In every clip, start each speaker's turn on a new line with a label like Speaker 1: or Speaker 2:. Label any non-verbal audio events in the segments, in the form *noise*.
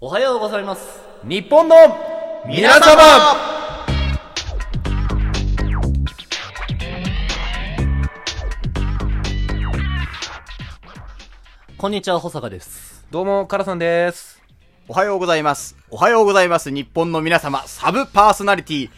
Speaker 1: おはようございます。
Speaker 2: 日本の皆様
Speaker 1: こんにちは、保坂です。
Speaker 2: どうも、カラさんです。
Speaker 3: おはようございます。おはようございます。日本の皆様、サブパーソナリティ、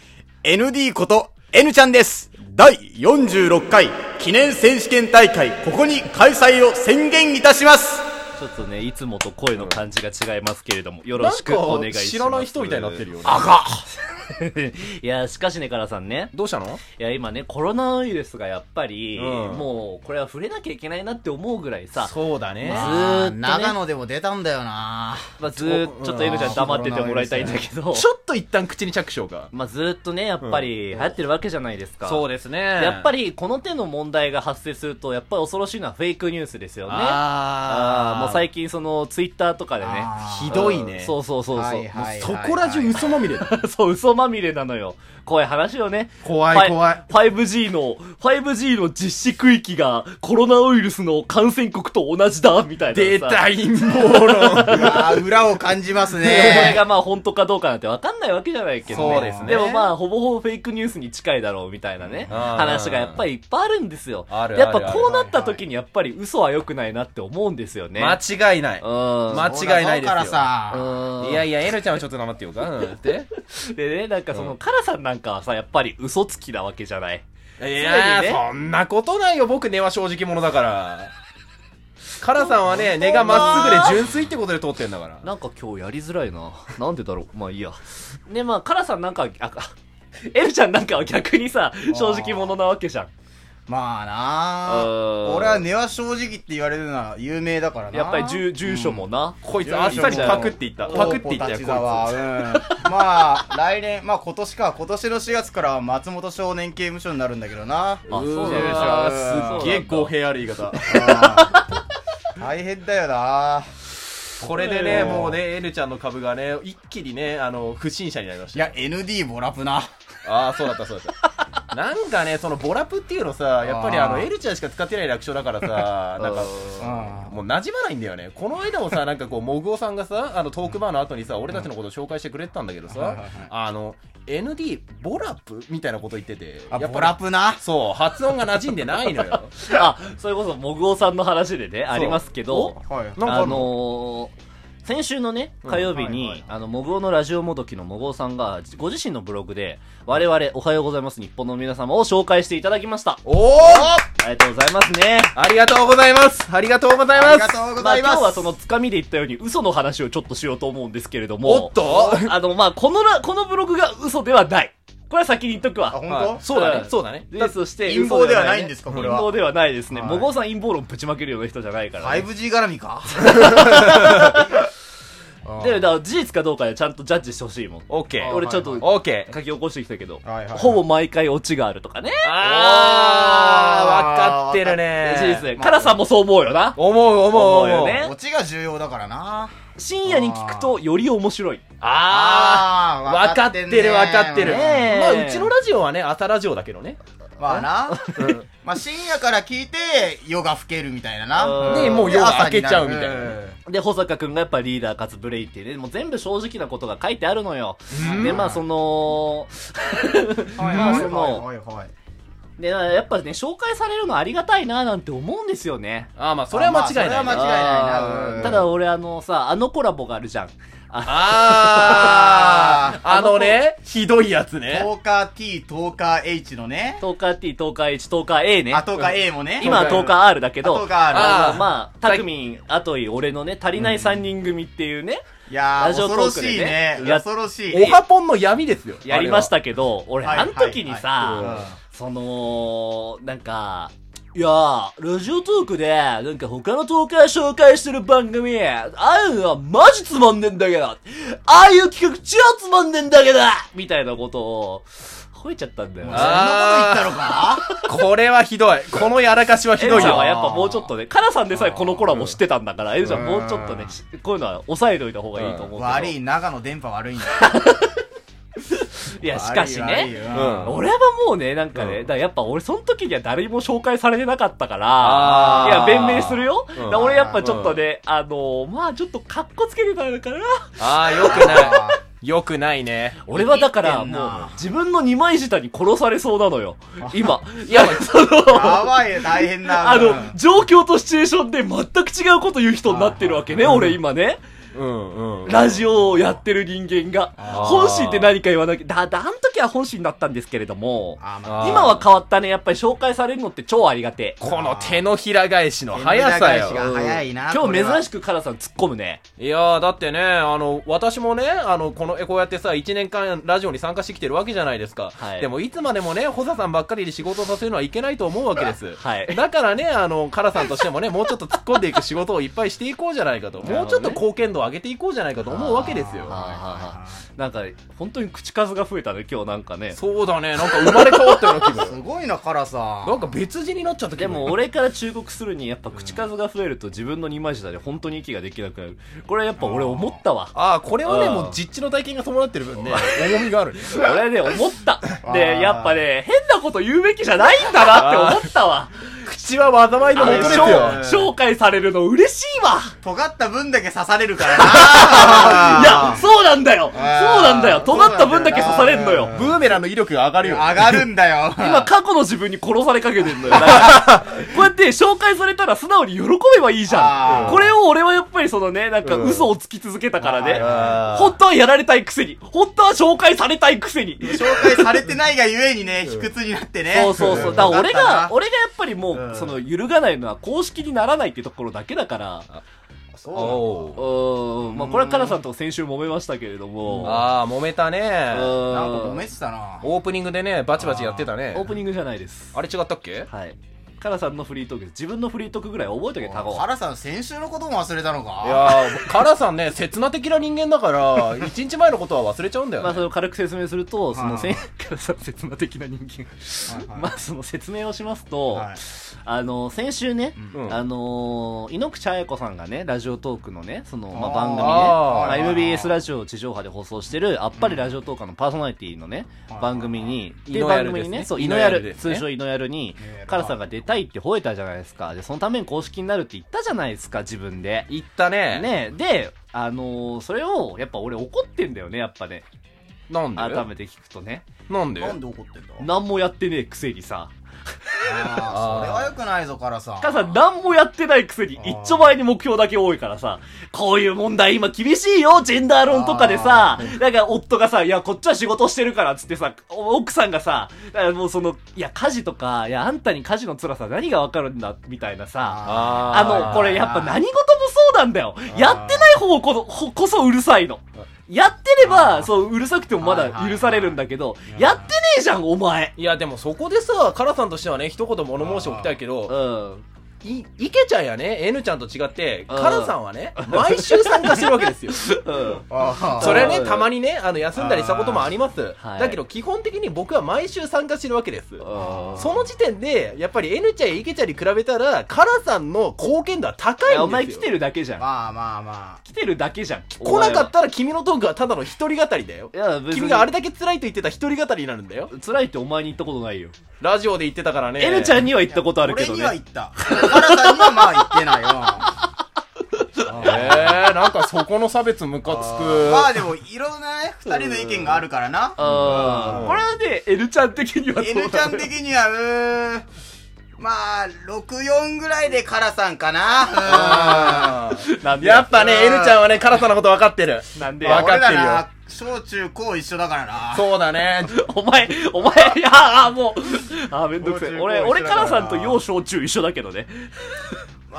Speaker 3: ND こと N ちゃんです。第46回記念選手権大会、ここに開催を宣言いたします。
Speaker 1: ちょっとね、いつもと声の感じが違いますけれども、よろしくお願いします。
Speaker 2: 知らない人みたいになってる
Speaker 1: よ。
Speaker 2: よね。
Speaker 1: いや、しかしね、からさんね、
Speaker 2: どうしたの
Speaker 1: いや、今ね、コロナウイルスがやっぱり、
Speaker 2: うん
Speaker 1: もう、これは触れなきゃいけないなって思うぐらいさ、
Speaker 2: そうだね
Speaker 1: ずーっとね
Speaker 3: 長野でも出たんだよな
Speaker 1: まあ、ずーっと、ちょっと N ちゃん黙っててもらいたいんだけど、
Speaker 2: ちょっと一旦口に着手か。
Speaker 1: まあ、ずーっとね、やっぱり流行ってるわけじゃないですか。
Speaker 2: そうですね。
Speaker 1: でやっぱ
Speaker 2: り、
Speaker 1: り、この手の問題が発生すると、やっぱり恐ろしいのはフェイクニュースですよね。あーもう最近、その、ツイッターとかでね。
Speaker 2: ひどいね。
Speaker 1: そうそうそうそう。
Speaker 3: はいはい
Speaker 2: そこら中嘘まみれだ。
Speaker 1: *laughs* そう、嘘まみれなのよ。怖い話よね。
Speaker 2: 怖い
Speaker 1: ファイ
Speaker 2: 怖い。
Speaker 1: 5G の、5G の実施区域がコロナウイルスの感染国と同じだ、みたいなさ。
Speaker 2: 出た
Speaker 1: こ
Speaker 2: 陰謀論。
Speaker 3: あー裏を感じます
Speaker 1: れ
Speaker 2: *laughs*
Speaker 3: ね。
Speaker 1: がまあ本当かどうかなんてわかんないわけじゃないけど、
Speaker 2: そうですね
Speaker 1: でもまあほぼほぼフェイクニュースに近いだろうみたいなね、
Speaker 2: うん
Speaker 1: 話がやっぱりいっぱいあるんですよ。
Speaker 2: ある
Speaker 1: でやっぱ
Speaker 2: あるある
Speaker 1: こうなった時にやっぱり嘘は良くないなって思うんですよね。
Speaker 2: *laughs* 間違いない。
Speaker 1: うん。
Speaker 2: ま間違いないですよ
Speaker 3: だからさ、
Speaker 1: うん
Speaker 2: いやいや、エルちゃんはちょっと黙ってよか。うんって。
Speaker 1: でね、なんかその、カラさんなんかはさ、やっぱり嘘つきなわけじゃない。
Speaker 2: い
Speaker 1: 常
Speaker 2: や
Speaker 1: にね
Speaker 2: ー、そんなことないよ、僕根は正直者だから。 *laughs* カラさんはね、根がまっすぐで純粋ってことで通ってんだから。
Speaker 1: なんか今日やりづらいな。なんでだろう。まあいいや。ね、まあ、カラさんなんかは、あ、あエルちゃんなんかは逆にさ、正直者なわけじゃん。
Speaker 3: まあな
Speaker 1: うーん
Speaker 3: 俺は根は正直って言われるのは有名だからな
Speaker 1: やっぱり住、住所もな。
Speaker 2: こいつあっさりパクっていった。パクっていったよ、こいつ。
Speaker 3: は、うん。まあ、来年、まあ今年か、今年の4月からは松本少年刑務所になるんだけどな。
Speaker 1: あ、そう
Speaker 3: だね
Speaker 1: な
Speaker 3: あ
Speaker 1: んだ
Speaker 3: ー
Speaker 2: すっげえ語弊ある言い方。
Speaker 3: うん大変だよな。
Speaker 2: これでね、もうね、エルちゃんの株がね、一気にね、あの、不審者になりまし
Speaker 3: い
Speaker 2: たよ。
Speaker 3: や、ND ボラプな。
Speaker 2: ああ、そうだった、そうだった。 *laughs* なんかね、そのボラプっていうのさ、やっぱりあの、
Speaker 3: あー
Speaker 2: エルちゃんしか使ってない楽勝だから
Speaker 3: *laughs*
Speaker 2: さ、なんか、
Speaker 3: うん。
Speaker 2: もう馴染まないんだよね。この間もさ、なんかこう、モグオさんがさ、あの、トークバーの後にさ、俺たちのことを紹介してくれてたんだけど
Speaker 3: はいはい
Speaker 2: さ
Speaker 3: はい、
Speaker 2: あの、ND ボラプみたいなこと言ってて、
Speaker 3: あ、
Speaker 2: やっ
Speaker 3: ボ
Speaker 2: ぱ
Speaker 3: ラプな。
Speaker 2: そう、発音が馴染んでないの
Speaker 3: *laughs*
Speaker 2: よ。
Speaker 1: *laughs* あ、それこそ、もぐおさんの話でね、ありますけど、
Speaker 3: はい。
Speaker 2: なんか
Speaker 1: あ
Speaker 2: あるの
Speaker 1: のー、先週のね、火曜日
Speaker 3: うんはい
Speaker 1: に
Speaker 3: はい、
Speaker 1: あの、もぐおのラジオもどきのもぐおさんが、ご自身のブログで、我々、おはようございます、日本の皆様を紹介していただきました。
Speaker 2: おー
Speaker 1: ありがとうございますね。
Speaker 2: ありがとうございますありがとうございます
Speaker 3: ありがとうご
Speaker 1: まあ、
Speaker 3: ざい
Speaker 1: 今
Speaker 3: ます。
Speaker 1: 日はそのつかみで言ったように嘘の話をちょっとしようと思うんですけれども。
Speaker 2: おっと
Speaker 1: あの、まあ、このら、このブログが嘘ではない。これは先に言っとくわ。
Speaker 3: あ、本
Speaker 2: はい
Speaker 3: 当
Speaker 2: そうだ
Speaker 1: う
Speaker 2: ね、
Speaker 1: ん
Speaker 2: そうだね。
Speaker 1: で、そして、
Speaker 3: 陰謀ではないんですかこれは
Speaker 1: 陰謀ではないですね。
Speaker 3: はい
Speaker 1: もごうさん陰謀論ぶちまけるような人じゃないから、ね。
Speaker 3: ?5G 絡みか
Speaker 1: で、だから事実かどうかでちゃんとジャッジしてほしいもん。
Speaker 2: オッケー。
Speaker 1: 俺ちょっと
Speaker 2: オッケー。
Speaker 1: 書き起こしてきたけど、
Speaker 3: はいはいはい
Speaker 1: ほぼ毎回オチがあるとかね。
Speaker 2: あー、わかってるね。
Speaker 1: 事実ね。カラさんもそう思うよな。
Speaker 2: 思う、思う、思
Speaker 1: 思う
Speaker 2: う。
Speaker 1: よね
Speaker 3: オチが重要だからな。
Speaker 1: 深夜に聞くとより面白い。
Speaker 2: あー、わかってる、わ
Speaker 3: わ
Speaker 2: かってる。
Speaker 1: ねえ
Speaker 2: まあ、うちのラジオはね、朝ラジオだけどね。
Speaker 3: まあな。まあ深夜から聞いて、夜が更けるみたいなな。
Speaker 1: うんで
Speaker 2: もう夜が明けちゃうみたいな
Speaker 3: 朝にる
Speaker 1: で、保坂くんがやっぱリーダーかつブレインってね、もう全部正直なことが書いてあるのよ。で、まあその、
Speaker 3: はい
Speaker 1: まあ
Speaker 3: はい
Speaker 1: *laughs* その
Speaker 3: はいはいはい。
Speaker 1: で、やっぱね、紹介されるのありがたいななんて思うんですよね。
Speaker 2: あー、まあ、それは間違いない。
Speaker 3: あまあそれは間違いないな
Speaker 1: あー
Speaker 3: うん
Speaker 1: ただ俺あのさ、あのコラボがあるじゃん。あ
Speaker 2: あー、
Speaker 1: あ
Speaker 2: あ
Speaker 1: の
Speaker 2: のね、ひどいやつね。
Speaker 3: トーカー T、トーカー H のね。
Speaker 1: トーカー T、トーカー H、トーカー A ね
Speaker 3: あ、。トーカー A もね。
Speaker 1: 今はトーカー R だけど、
Speaker 3: あトーカー R
Speaker 1: あの
Speaker 2: あー
Speaker 1: まあ、たくみん、あとい、俺のね、足りない3人組っていうね、
Speaker 3: いや
Speaker 1: ラ
Speaker 3: ー、
Speaker 1: ジオト
Speaker 3: 恐
Speaker 1: ーク
Speaker 3: ろし
Speaker 1: で
Speaker 3: い
Speaker 1: ね
Speaker 3: ね。
Speaker 1: や
Speaker 3: 恐ろしい。
Speaker 2: オハポンの闇ですよ。
Speaker 1: やりましたけど、俺、
Speaker 3: はい
Speaker 1: あの時に
Speaker 3: はい
Speaker 1: さ
Speaker 3: は、
Speaker 1: その、なんか、いやー、ラジオトークで、なんか他のトーカー紹介してる番組、ああいうのはマジつまんねえんだけど、ああいう企画超つまんねえんだけどみたいなことを、吠えちゃったんだよ
Speaker 3: そんな
Speaker 1: な。
Speaker 3: こと言ったのか
Speaker 2: あれは。これはひどい。このやらかしはひ
Speaker 1: エ
Speaker 2: ど
Speaker 1: ル
Speaker 2: い
Speaker 1: ちゃん
Speaker 2: よ
Speaker 1: は。やっぱもうちょっとね、カラさんでさえこのコラボしてたんだから、エルちゃんもうちょっとね、しこういうのは抑えておいた方がいいと思うけど。
Speaker 3: 悪い、長野電波悪いんだ。
Speaker 1: いや、しかし
Speaker 3: あるよ
Speaker 1: ね。
Speaker 3: ある
Speaker 2: う
Speaker 3: よ
Speaker 2: ん
Speaker 1: 俺はもうね、なんかね、
Speaker 2: うん
Speaker 1: だからやっぱ俺その時には誰にも紹介されてなかったか
Speaker 2: あ
Speaker 1: ら、いや、
Speaker 2: ー
Speaker 1: 弁明するよ。
Speaker 2: ん
Speaker 1: だから俺やっぱちょっとね、あのー、まあちょっとカッコつけてたから、
Speaker 2: ああ、よくない。よくないね。
Speaker 1: 俺はだか
Speaker 3: 生
Speaker 1: ら
Speaker 3: きてんな
Speaker 1: もう自分の二枚舌に殺されそうなのよ。今。いや、その、
Speaker 3: やばいよ、大変だ。
Speaker 1: あ
Speaker 3: う
Speaker 1: の
Speaker 3: ん、
Speaker 1: 状況とシチュエーションで全く違うこと言う人になってるわけね、俺今ね。
Speaker 2: うんうん。
Speaker 1: ラジオをやってる人間が。
Speaker 2: ー
Speaker 3: あ
Speaker 1: 本心って何か言わなきゃ。だ、だ、あの時は本心だったんですけれども、
Speaker 3: あ、まあ
Speaker 2: あー
Speaker 1: 今は変わったね。やっぱり紹介されるのって超ありがてえ。
Speaker 2: この手のひら返しの速さ
Speaker 3: 手のひら返し
Speaker 2: よ。
Speaker 3: が早いな。
Speaker 1: 今日珍
Speaker 3: し
Speaker 1: しくカラさん突っ込むね。
Speaker 2: いやー、だってね、あの、私もね、あの、この、こうやってさ、1年間ラジオに参加してきてるわけじゃないですか。
Speaker 1: はい
Speaker 2: でも、いつまでもね、ホザさんばっかりで仕事をさせるのはいけないと思うわけです。
Speaker 1: はい
Speaker 2: だからね、あの、カラさんとしてもね、もうちょっと突っ込んでいく仕事をいっぱいしていこうじゃないかと。
Speaker 1: ほどね
Speaker 2: もうちょっと貢献度を上げていこうじゃないかと思うわけです
Speaker 1: は
Speaker 2: よ。
Speaker 1: いはいはい。なんか、本当に口数が増えたね、今日なんかね。
Speaker 2: そうだね、なんか生まれ変わったような気分。
Speaker 3: すごいな、カラさん。
Speaker 2: なんか別人になっちゃった気
Speaker 1: で
Speaker 2: 分。
Speaker 1: も俺から忠告するにやっぱ口数が増えると自分の二枚舌で本当に息ができなくなるこれやっぱ俺思ったわ
Speaker 2: ああ、これはね、
Speaker 1: うん
Speaker 2: もう実地の体験が伴ってる分ね、重みがあるね。
Speaker 1: 俺ね思った
Speaker 3: あー
Speaker 1: でやっぱね変なこと言うべきじゃないんだなって思ったわ
Speaker 2: 口は災いのもとですよ。
Speaker 3: あ
Speaker 1: しょう紹介されるの嬉しいわ
Speaker 3: 尖った分だけ刺される
Speaker 1: *laughs*
Speaker 3: からな。
Speaker 1: いやそうなんだよそう
Speaker 3: あー
Speaker 1: なんだよ
Speaker 3: そう
Speaker 1: 尖
Speaker 3: なんだよな
Speaker 1: った分だけ刺されんのよ
Speaker 3: うん
Speaker 2: ブーメランの威力が上がるよ。
Speaker 3: 上がるんだよ。
Speaker 1: 今過去の自分に殺されかけてんのよだから
Speaker 3: *laughs*
Speaker 1: こうやって紹介されたら素直に喜べばいいじ
Speaker 3: あ
Speaker 1: ゃ
Speaker 3: ー
Speaker 1: んこれを俺はやっぱりそのねなんか嘘をつき続けたからね、
Speaker 2: あー
Speaker 1: 本当はやられたいくせに、本当は紹介されたいくせに。
Speaker 3: 紹介されてないがゆえにね、卑屈になってね。
Speaker 1: そうそうそう。だから俺
Speaker 3: 尖った
Speaker 1: が
Speaker 3: な、
Speaker 1: 俺がやっぱりも
Speaker 3: うん
Speaker 1: う、その、揺るがないのは公式にならないってところだけだから、
Speaker 3: そう
Speaker 1: うーん、まあこれはカナさんと先週揉めましたけれども、
Speaker 2: ああ、揉めた
Speaker 1: う
Speaker 2: ね。
Speaker 3: なんだなんか
Speaker 1: ー
Speaker 3: 揉
Speaker 1: ん、
Speaker 3: めてたな。
Speaker 2: オープニングでね、バチバチやってたね
Speaker 1: オー。プニングじゃないです。
Speaker 2: あれ違ったっけ
Speaker 1: はい。カナさんのフリートークです自分のフリートークぐらい覚えとけ、タゴ
Speaker 3: カ。ラさん、先週のことも忘れたの
Speaker 2: い
Speaker 3: か
Speaker 2: やー、カラさんね、刹那的な人間だから、一日前のことは忘れちゃうんだ
Speaker 1: まあ
Speaker 2: よ
Speaker 1: そ
Speaker 2: ね。
Speaker 1: れを軽く説明すると、その、
Speaker 3: は
Speaker 1: せ
Speaker 3: い
Speaker 1: ん *laughs* カナさん刹那的な人
Speaker 3: はいは
Speaker 1: 間。
Speaker 3: い
Speaker 1: まあその説明をしますと、
Speaker 3: はい
Speaker 1: あの、先週ね、
Speaker 2: うん
Speaker 1: あのー、井ノ口彩子さんがね、ラジオトークのね、その、ま
Speaker 3: あー
Speaker 1: あ、番組ね、
Speaker 2: あ
Speaker 1: ま
Speaker 2: ー
Speaker 1: あ MBS ラジオ地上波で放送してる、あっぱれラジオトーカーのパーソナリティのね
Speaker 3: はい、
Speaker 1: 番組に、ってい
Speaker 2: イ
Speaker 1: う
Speaker 2: ノヤ
Speaker 1: 番
Speaker 2: ル
Speaker 1: 組に
Speaker 2: ですね
Speaker 1: ね、そう、
Speaker 2: イ
Speaker 1: イ
Speaker 2: ノ
Speaker 1: ノ
Speaker 2: ヤ
Speaker 1: ヤ
Speaker 2: ル
Speaker 1: ル、
Speaker 2: ですね
Speaker 1: 通称イノヤルに
Speaker 3: イノヤル、
Speaker 1: カラさんが出たいって吠えたじゃないですか。で、そのために公式になるって言ったじゃないですか、自分で。
Speaker 2: 言ったね。
Speaker 1: ねで、あのー、それを、やっぱ俺怒ってんだよね、やっぱね。
Speaker 2: なんで
Speaker 1: 改めて聞くとね。
Speaker 2: なんで
Speaker 3: なんで怒ってんだ
Speaker 1: 何もやってねえくせにさ。
Speaker 3: あーそれは良くないぞ、カラさん。
Speaker 1: 母さん、何もやってないくせに、
Speaker 3: あー
Speaker 1: 一丁前に目標だけ多いからさ、こういう問題今厳しいよ、ジェンダー論とかでさ、なんか夫がさ、いや、こっちは仕事してるから、つってさ、お奥さんがさ、だからもうその、いや、家事とか、いや、あんたに家事の辛さ何がわかるんだ、みたいなさ、
Speaker 3: あ
Speaker 1: あ
Speaker 2: ー
Speaker 1: の、これやっぱ何事もそうなんだよ。やってない方こそ、ほこそうるさいの。やってれば、そう、うるさくてもまだ許されるんだけど、やってねえじゃん、お前。
Speaker 2: いや、でもそこでさ、カラさんとしてはね、一言物申しておきたいけど
Speaker 1: う、ん。
Speaker 2: い、イケちゃんやね、N ちゃんと違って、
Speaker 1: うん
Speaker 2: カラさんはね、毎週参加してるわけですよ。
Speaker 1: うん。
Speaker 3: ー
Speaker 2: それはね、
Speaker 1: うん
Speaker 2: たまにね、あの、休んだりしたこともあります。
Speaker 1: はい
Speaker 2: だけど、基本的に僕は毎週参加してるわけです。
Speaker 1: うん
Speaker 2: その時点で、やっぱり N ちゃんやイケちゃんに比べたら、カラさんの貢献度は高いん
Speaker 1: い
Speaker 2: です
Speaker 1: や
Speaker 2: よ。
Speaker 1: お前来てるだけじゃん。
Speaker 3: まあまあま
Speaker 1: 来てるだけじゃん。。
Speaker 2: 来なかったたら君のトークはただの一人語りだよ
Speaker 1: い。や、別に。
Speaker 2: 君があれだけ辛いと言ってた一人語りになるんだよ。
Speaker 1: 辛いってお前に言ったことないよ。
Speaker 2: ラジオで言ってたからね。
Speaker 1: エルちゃん
Speaker 2: に。
Speaker 1: には言ったこと
Speaker 3: あ。
Speaker 1: あるけ
Speaker 3: 俺
Speaker 1: ど
Speaker 3: に
Speaker 1: ね。
Speaker 3: は言った。カラさんにはまあ言ってないよ。
Speaker 2: えー、なんかそこの差別ムカつ
Speaker 3: まあでも、いろんなね、二人の意見があるからな。
Speaker 1: あーこれはね、エルちゃん的にはそう
Speaker 3: N ちゃん的には、うーん。まあ、64ぐらいでカラさんかな。
Speaker 1: なんで
Speaker 2: やっぱね、
Speaker 3: うん
Speaker 2: N ちゃんはね、カラさんのこと分かってる。
Speaker 1: なん
Speaker 3: う
Speaker 1: で
Speaker 3: ん。
Speaker 2: わ
Speaker 1: や
Speaker 2: か。ってるよ
Speaker 3: 俺らな。小中高一緒だからな。
Speaker 2: そうだね。
Speaker 1: お前、お前、いやあー、もう、あー、めんどくせ
Speaker 3: もう中
Speaker 1: え。
Speaker 3: 高
Speaker 1: 俺、俺
Speaker 3: 一緒だ
Speaker 1: か
Speaker 3: から
Speaker 1: らさんと幼小中一緒だけどね。
Speaker 3: ま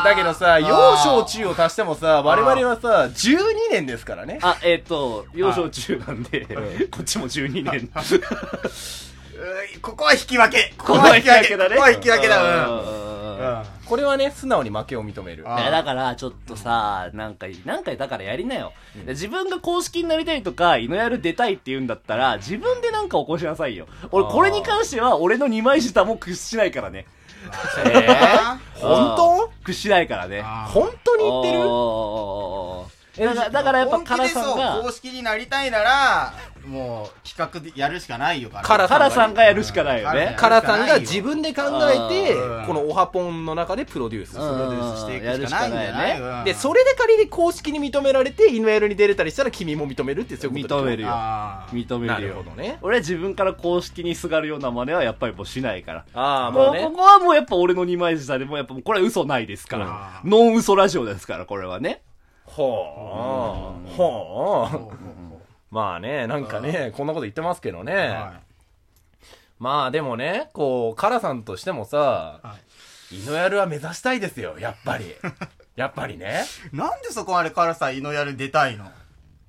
Speaker 3: あ。
Speaker 2: だけどさ、
Speaker 3: あー
Speaker 2: 幼少。中を足してもさ、我々はさ、12年ですからね。
Speaker 1: *laughs* あ、えっ、と、幼小中なんで、こっちも12年。
Speaker 3: うーここは引き分け。こ
Speaker 1: *laughs* ここは引き分けだね
Speaker 3: ここは引き分けだ。うん。
Speaker 1: うん
Speaker 3: うん
Speaker 2: これはね、素直に負けを認める。
Speaker 3: あ
Speaker 1: いやだから、ちょっとさ、なんか、なんかだからやりなよ。自分が公式になりたいとか、イノヤル出たいって言うんだったら、自分でなんか起こしなさいよ。俺、
Speaker 2: あー
Speaker 1: これに関しては、俺の二枚舌も屈しないからね。
Speaker 2: え
Speaker 3: あ
Speaker 2: ー本
Speaker 1: 屈しないからね。
Speaker 2: 当
Speaker 3: あー
Speaker 2: 本当に言ってる
Speaker 1: おーおーおーおーえだから、だからやっぱ、
Speaker 3: 本
Speaker 1: カ
Speaker 3: 気
Speaker 1: ラ
Speaker 3: で
Speaker 1: さん
Speaker 3: そう、
Speaker 1: が
Speaker 3: 公、式になりたいなら、もう企画でやるしかないよから
Speaker 2: カラ
Speaker 1: カラさんがやるしかないよね。
Speaker 2: カラさんが自分で考えて
Speaker 3: うん、
Speaker 2: このオハポンの中でプロデュースす
Speaker 1: うん
Speaker 2: る。
Speaker 3: プロデュースしていくしかないんだよ
Speaker 1: やるしかないよ
Speaker 3: ねうん
Speaker 2: で、それで仮に公式に認められて、イヌエルに出れたりしたら君も認めるってそういうこと
Speaker 1: 認めるよ。
Speaker 3: あー
Speaker 1: 認め
Speaker 2: な
Speaker 1: る
Speaker 2: るほ
Speaker 1: よ。
Speaker 2: どね。
Speaker 1: 俺は自分から公式にすがるような真似はやっぱりもうしないから。
Speaker 2: ああ、
Speaker 1: も
Speaker 2: もう
Speaker 1: うこ
Speaker 2: ね。
Speaker 1: こはもうやっぱ俺の二枚舌でもうやっぱもうこれは嘘ないですから。ノン嘘ラジオですから、これはね。
Speaker 2: ほう。ほう。まあね、なんかね、こんなこと言ってますけどね。
Speaker 3: は
Speaker 2: まあでもね、こう、カラさんとしてもさ、イノヤルは目指したいですよ、やっぱり。 *laughs* やっぱりね。
Speaker 3: いなんでそこまでカラさん、イノヤル出たいの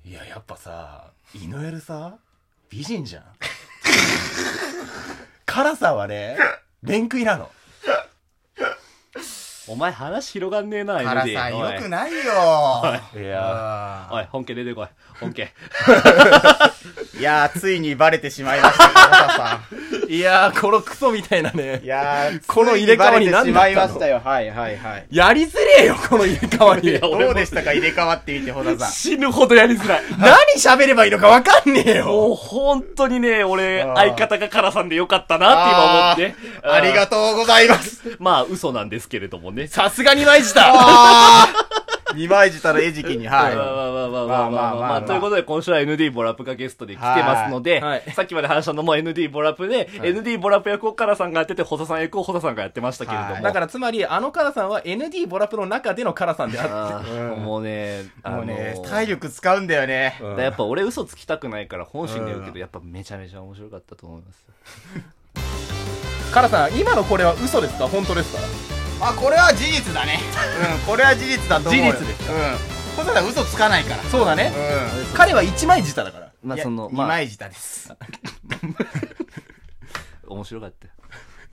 Speaker 2: いや、やっぱさ、イノエルさ、美人じゃん。 *laughs* 辛さはね、面食いなの。
Speaker 1: お前話広がんねえな、
Speaker 3: カラ
Speaker 1: ND。
Speaker 3: さん、
Speaker 1: おい
Speaker 3: よくないよ
Speaker 2: いや、
Speaker 3: あ
Speaker 1: おい、本家出てこい。本家。
Speaker 3: ーいやー、ついにバレてしまいましたよ、カラさ
Speaker 2: *laughs* いやー、このクソみたいなね
Speaker 3: *laughs* ん。い。やー、
Speaker 2: この入れ替わり何だったの
Speaker 3: ついにバレてしまいましたよ。はい、はい、はい。
Speaker 2: やりづれえよ、この入れ替わり。
Speaker 1: 俺も
Speaker 3: どうでしたか入れ替わってみて、ホ田さん。
Speaker 1: 死ぬほどやりづらい。
Speaker 2: 何喋ればいいのかわかんねえよ。
Speaker 1: もう本当にね、俺、
Speaker 3: あー
Speaker 1: 相方がカラさんでよかったなって今思って。
Speaker 3: あーありが
Speaker 1: と
Speaker 3: とうございます。
Speaker 1: うん。まあ、嘘なんですけれどもね。
Speaker 2: さすがに毎日だ。
Speaker 3: ああ二枚舌の餌食に、は
Speaker 1: まあまあまあまあまあまあまあ
Speaker 3: まあまあまあまあ
Speaker 1: まあということで、今週は ND ボラップがゲストで来てますので、
Speaker 2: はいはい
Speaker 1: さっきまで話したのも ND ボラップで、ND ボラップ役をカラさんがやってて、ホサさん役をホサさんがやってましたけれども。
Speaker 3: はい
Speaker 2: だからつまり、あの辛さんは ND ボラプの中での辛さんであっ
Speaker 1: あーもうね、あのー
Speaker 3: もうね、体力使うんだよね。
Speaker 2: て。う
Speaker 1: だ
Speaker 2: ん
Speaker 1: からやっぱ俺嘘つきたくないから本心で言うけど、やっぱめちゃめちゃ面白かったと思います。
Speaker 2: カラさん、今のこれは嘘ですか本当ですか
Speaker 3: まあ、これは事実だね。うん、これは事実だと思うよ。
Speaker 2: 事実です
Speaker 3: うん。これなら嘘つかないから。
Speaker 2: そうだね。
Speaker 3: う
Speaker 2: 彼は一枚舌だから。
Speaker 1: まあ
Speaker 3: ん。
Speaker 1: その、
Speaker 3: 二
Speaker 1: まあ
Speaker 3: 枚舌です。
Speaker 1: 面白かったよ。